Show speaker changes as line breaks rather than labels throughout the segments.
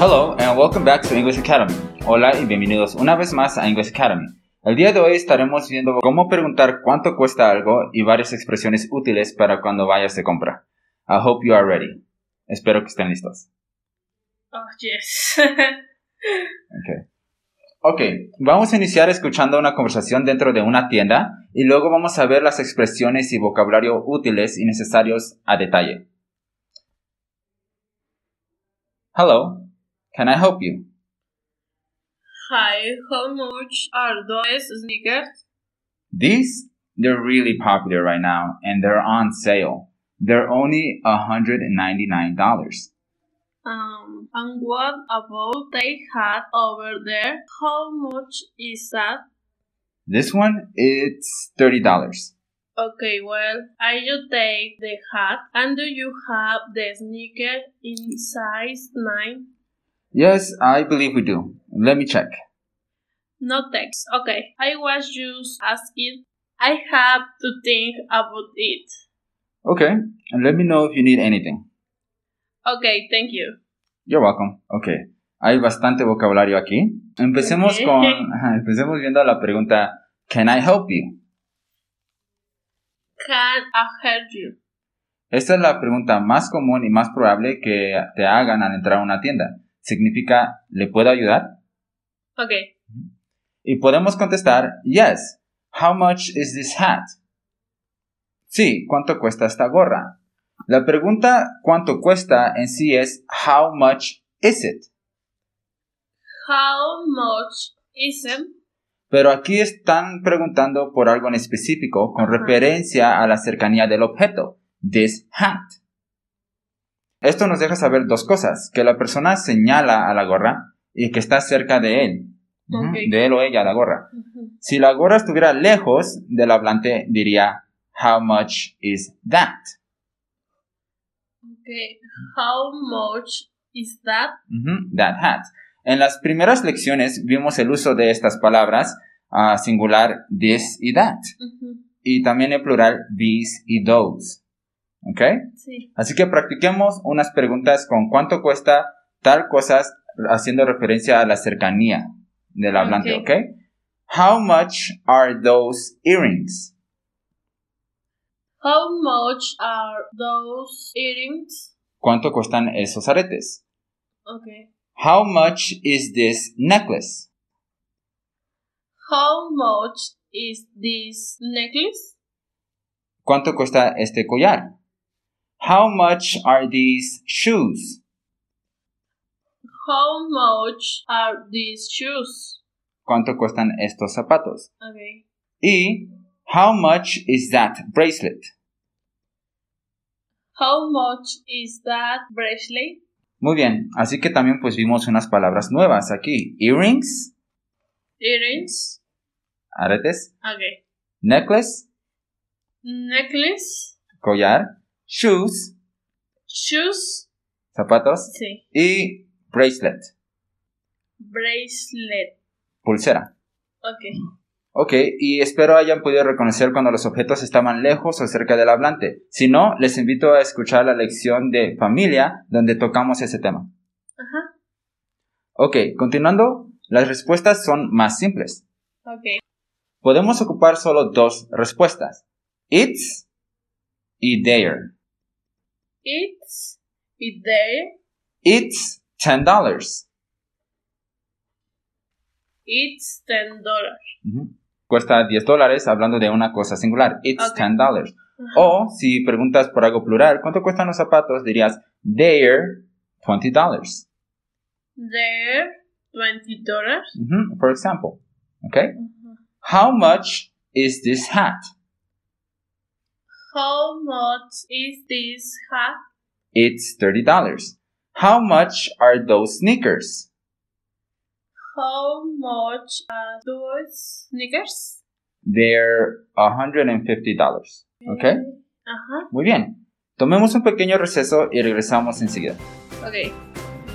Hello and welcome back to English Academy. Hola y bienvenidos una vez más a English Academy. El día de hoy estaremos viendo cómo preguntar cuánto cuesta algo y varias expresiones útiles para cuando vayas de compra. I hope you are ready. Espero que estén listos.
Oh, yes.
Okay. Ok, vamos a iniciar escuchando una conversación dentro de una tienda y luego vamos a ver las expresiones y vocabulario útiles y necesarios a detalle. Hello, can I help you?
Hi, how much are those sneakers?
These, they're really popular right now and they're on sale. They're only $199.
Um, and what about they hat over there? How much is that?
This one, it's $30.
Okay, well, I you take the hat, and do you have the sneaker in size 9?
Yes, I believe we do. Let me check.
No text. Okay, I was just asking. I have to think about it.
Okay, and let me know if you need anything.
Okay, thank you.
You're welcome. Okay, hay bastante vocabulario aquí. Empecemos
Ok.
con, empecemos viendo la pregunta, can I help you?
Can I help you?
Esta es la pregunta más común y más probable que te hagan al entrar a una tienda. Significa, ¿le puedo ayudar?
Okay,
Y podemos contestar, yes, how much is this hat? Sí, ¿cuánto cuesta esta gorra? La pregunta cuánto cuesta en sí es how much is it?
how much is it?
Pero aquí están preguntando por algo en específico con
Ajá.
referencia a la cercanía del objeto, this hat. Esto nos deja saber dos cosas, que la persona señala a la gorra y que está cerca de él, Ujú,
Ok.
de él o ella, la gorra. Si la gorra estuviera lejos del hablante, diría, How much is that?
Okay, how much is that?
Ujú, that hat. En las primeras lecciones vimos el uso de estas palabras ah, singular this y that. Y también en plural these y those. ¿Ok?
Sí.
Así que practiquemos unas preguntas con cuánto cuesta tal cosas haciendo referencia a la cercanía del hablante,
Ok.
¿ok? How much are those earrings?
How much are those earrings?
¿Cuánto cuestan esos aretes?
Okay.
How much is this necklace?
How much is this necklace?
¿Cuánto cuesta este collar? How much are these shoes?
How much are these shoes?
¿Cuánto cuestan estos zapatos?
Okay.
Y how much is that bracelet?
How much is that bracelet?
Muy bien, así que también pues vimos unas palabras nuevas aquí. Earrings,
Earrings.
aretes,
Okay.
necklace,
Necklace.
collar, shoes,
Shoes.
zapatos
Sí.
y bracelet,
Bracelet.
pulsera.
Okay.
Ok, y espero hayan podido reconocer cuando los objetos estaban lejos o cerca del hablante. Si no, les invito a escuchar la lección de familia donde tocamos ese tema.
Ajá.
Ok, continuando, las respuestas son más simples.
Okay.
Podemos ocupar solo dos respuestas. It's y there.
It's it there.
It's $10.
It's ten dollars.
Ujú. Cuesta 10 dólares hablando de una cosa singular. It's
Ok.
$10. O si preguntas por algo plural, ¿cuánto cuestan los zapatos? Dirías, they're $20.
There twenty dollars.
Mhm, For example, okay? How much is this hat?
How much is this hat?
It's $30. How much are those sneakers?
How much are those sneakers?
They're $150. Okay?
Ajá.
Muy bien. Tomemos un pequeño receso y regresamos enseguida.
Okay.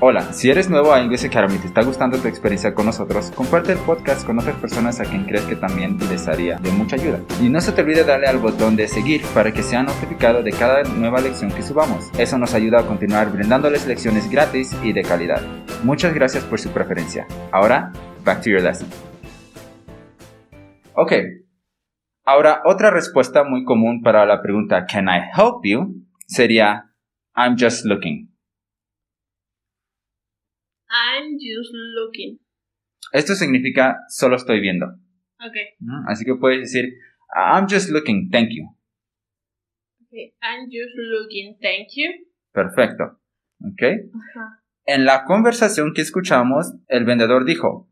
Hola, si eres nuevo a English Academy y te está gustando tu experiencia con nosotros, comparte el podcast con otras personas a quien crees que también les haría de mucha ayuda. Y no se te olvide darle al botón de seguir para que sea notificado de cada nueva lección que subamos. Eso nos ayuda a continuar brindándoles lecciones gratis y de calidad. Muchas gracias por su preferencia. Ahora, back to your lesson. Ok. Ahora, otra respuesta muy común para la pregunta Can I help you? sería I'm just looking.
I'm just looking.
Esto significa solo estoy viendo.
Okay.
¿no? Así que puedes decir I'm just looking, thank you.
okay. I'm just looking. Thank you.
Perfecto. Ok.
Ajá.
En la conversación que escuchamos, el vendedor dijo,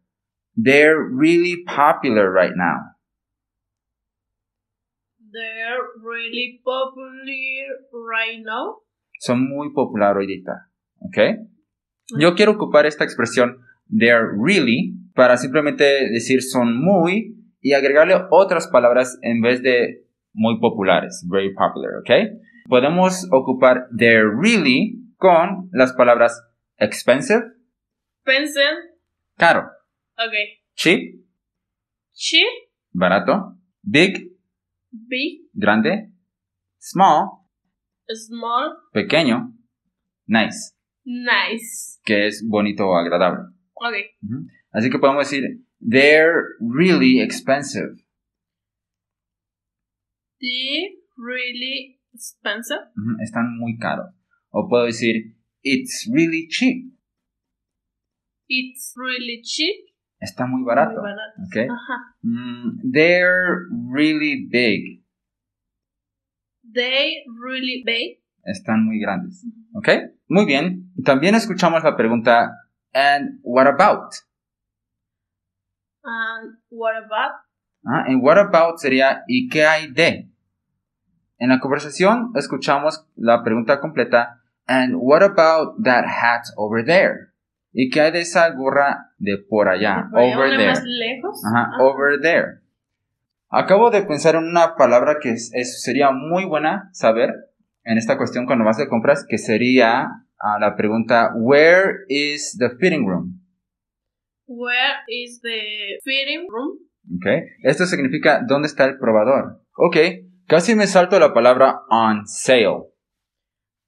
They're really popular right now.
They're really popular right now.
Son muy popular ahorita. ¿Ok? Yo quiero ocupar esta expresión, they're really, para simplemente decir son muy y agregarle otras palabras en vez de muy populares, very popular. ¿Ok? Podemos ocupar they're really con las palabras expensive,
Pencil.
caro,
Okay.
cheap,
She
barato, big,
big
grande, small,
small
pequeño, nice,
nice.
que es bonito o agradable.
Okay.
Así que podemos decir, they're really expensive.
They really expensive.
Ujú, Están muy caros. O puedo decir, it's really cheap.
It's really cheap.
Está muy barato. Eh.
Muy barato.
¿ok?
Ajá.
Mm, they're really big.
They really big.
Están muy grandes. ¿Ok? Muy bien. También escuchamos la pregunta, and what about?
And what about
Ah, En what about sería ¿y qué hay de? En la conversación escuchamos la pregunta completa and what about that hat over there? ¿Y qué hay de esa gorra de por allá?
Voy a
Ah, over
una
there.
más lejos.
Ajá,
Ah,
over there. Acabo de pensar en una palabra que es- es- sería muy buena saber en esta cuestión cuando vas de compras, que sería ah, la pregunta Where is the fitting room?
Where is the fitting room?
Okay. Esto significa ¿dónde está el probador? Ok, casi me salto la palabra on sale.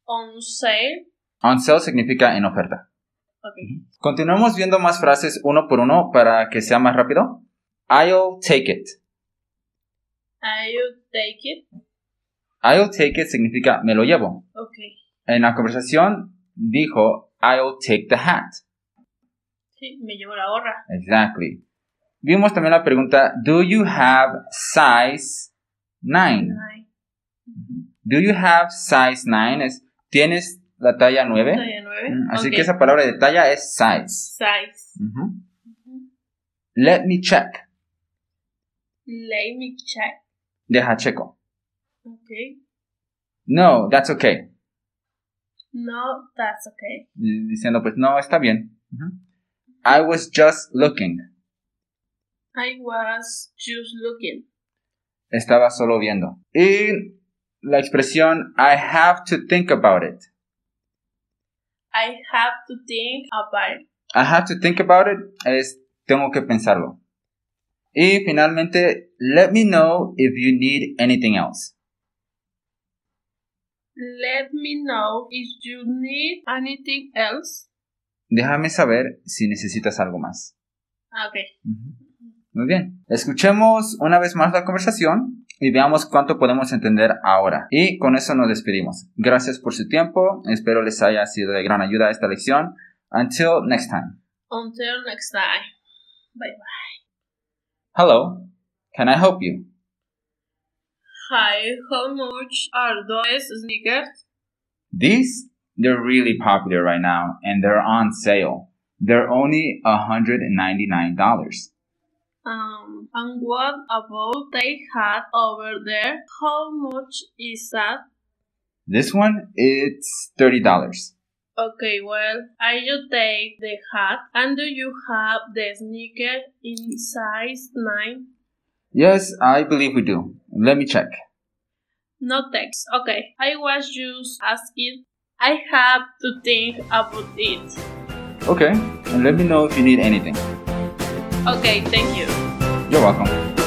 On sale.
On sale significa en oferta.
Okay.
Continuamos viendo más frases uno por uno para que sea más rápido. I'll take it.
I'll take it.
I'll take it significa me lo llevo.
Okay.
En la conversación dijo I'll take the hat.
Sí, me llevo la gorra.
Exactly. Vimos también la pregunta Do you have size 9?
Ay,
Do you have size 9? Es, ¿Tienes la talla 9?
talla nueve.
Mm, Así
Ok.
que esa palabra de talla es size.
Size.
Ujú. Let me check.
Let me check.
Deja checo.
Okay.
No, that's okay.
No, that's okay.
Y Diciendo, pues no, está bien. Ujú. I was just looking.
I was just looking.
Estaba solo viendo. Y la expresión I have to think about it.
I have to think about it.
I have to think about it es tengo que pensarlo. Y finalmente, let me know if you need anything else.
Let me know if you need anything else.
Déjame saber si necesitas algo más.
Okay.
Ujú. Muy bien. Escuchemos una vez más la conversación y veamos cuánto podemos entender ahora. Y con eso nos despedimos. Gracias por su tiempo. Espero les haya sido de gran ayuda esta lección. Until next time.
Until next time. Bye bye.
Hello. Can I help you?
Hi, how much are those sneakers?
These, they're really popular right now and they're on sale. They're only $199.
Um, and what about they hat over there? How much is that?
This one, it's $30.
Okay, well, I you take the hat, and do you have the sneaker in size 9?
Yes, I believe we do. Let me check.
No text. Okay, I was just asking. I have to think about it.
Okay. And let me know if you need anything.
Okay, thank you.
You're welcome.